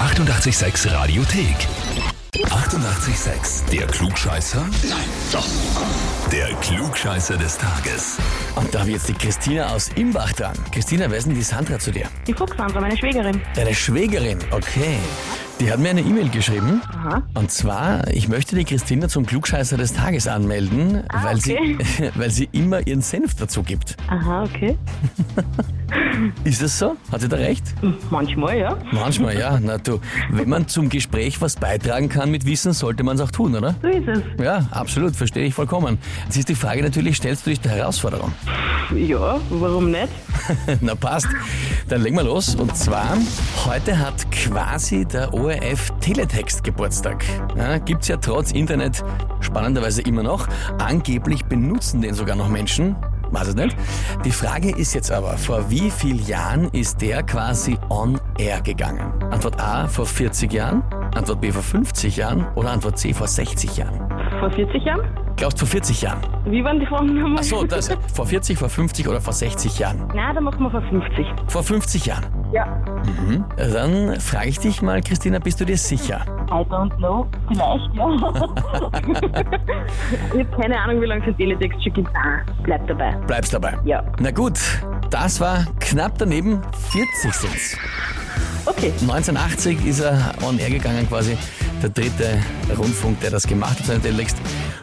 886 Radiothek. 88,6. Der Klugscheißer? Nein, doch. Der Klugscheißer des Tages. Und da habe ich jetzt die Christina aus Imbach dran. Christina, wer ist denn die Sandra zu dir? Die Fuchsandra, meine Schwägerin. Deine Schwägerin, okay. Die hat mir eine E-Mail geschrieben. Aha. Und zwar, ich möchte die Christina zum Klugscheißer des Tages anmelden, Ah, weil, okay. sie, weil sie immer ihren Senf dazu gibt. Aha, okay. Ist das so? Hat sie da recht? Manchmal, ja. Manchmal, ja. Na du, wenn man zum Gespräch was beitragen kann mit Wissen, sollte man es auch tun, oder? So ist es. Ja, absolut, verstehe ich vollkommen. Jetzt ist die Frage natürlich, stellst du dich der Herausforderung? Ja, warum nicht? Na passt. Dann legen wir los. Und zwar, heute hat quasi der ORF Teletext Geburtstag. Ja, gibt's ja trotz Internet spannenderweise immer noch. Angeblich benutzen den sogar noch Menschen. Weiß es nicht. Die Frage ist jetzt aber, vor wie vielen Jahren ist der quasi on air gegangen? Antwort A vor 40 Jahren, Antwort B vor 50 Jahren oder Antwort C vor 60 Jahren? Vor 40 Jahren? Glaubst du vor 40 Jahren? Wie waren die Fragen nochmal? Ach so, das vor 40, vor 50 oder vor 60 Jahren? Na, dann machen wir vor 50. Vor 50 Jahren. Ja. Dann frage ich dich mal, Christina, bist du dir sicher? I don't know. Vielleicht, ja. ich habe keine Ahnung, wie lange es den Teletext schon gibt. Ah, bleib dabei. Bleibst dabei. Ja. Na gut, das war knapp daneben. 40 sind's. Okay. 1980 ist er on air gegangen quasi. Der dritte Rundfunk, der das gemacht hat, seine Telext.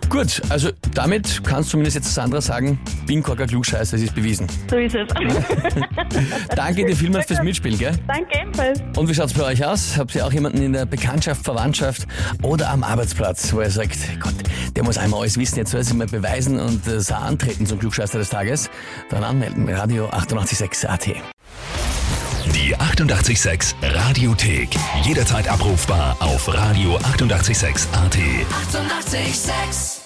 Gut, also damit kannst du zumindest jetzt Sandra sagen, bin Korker Klugscheißer, es ist bewiesen. So ist es. Danke dir vielmals fürs Mitspielen, gell? Danke ebenfalls. Und wie schaut's bei euch aus? Habt ihr auch jemanden in der Bekanntschaft, Verwandtschaft oder am Arbeitsplatz, wo ihr sagt, Gott, der muss einmal alles wissen, jetzt soll er sich mal beweisen und äh, sah antreten zum Klugscheißer des Tages? Dann anmelden, Radio 886 AT. Die 88,6 Radiothek. Jederzeit abrufbar auf radio886.at. 88,6. Eighty-eight, sex.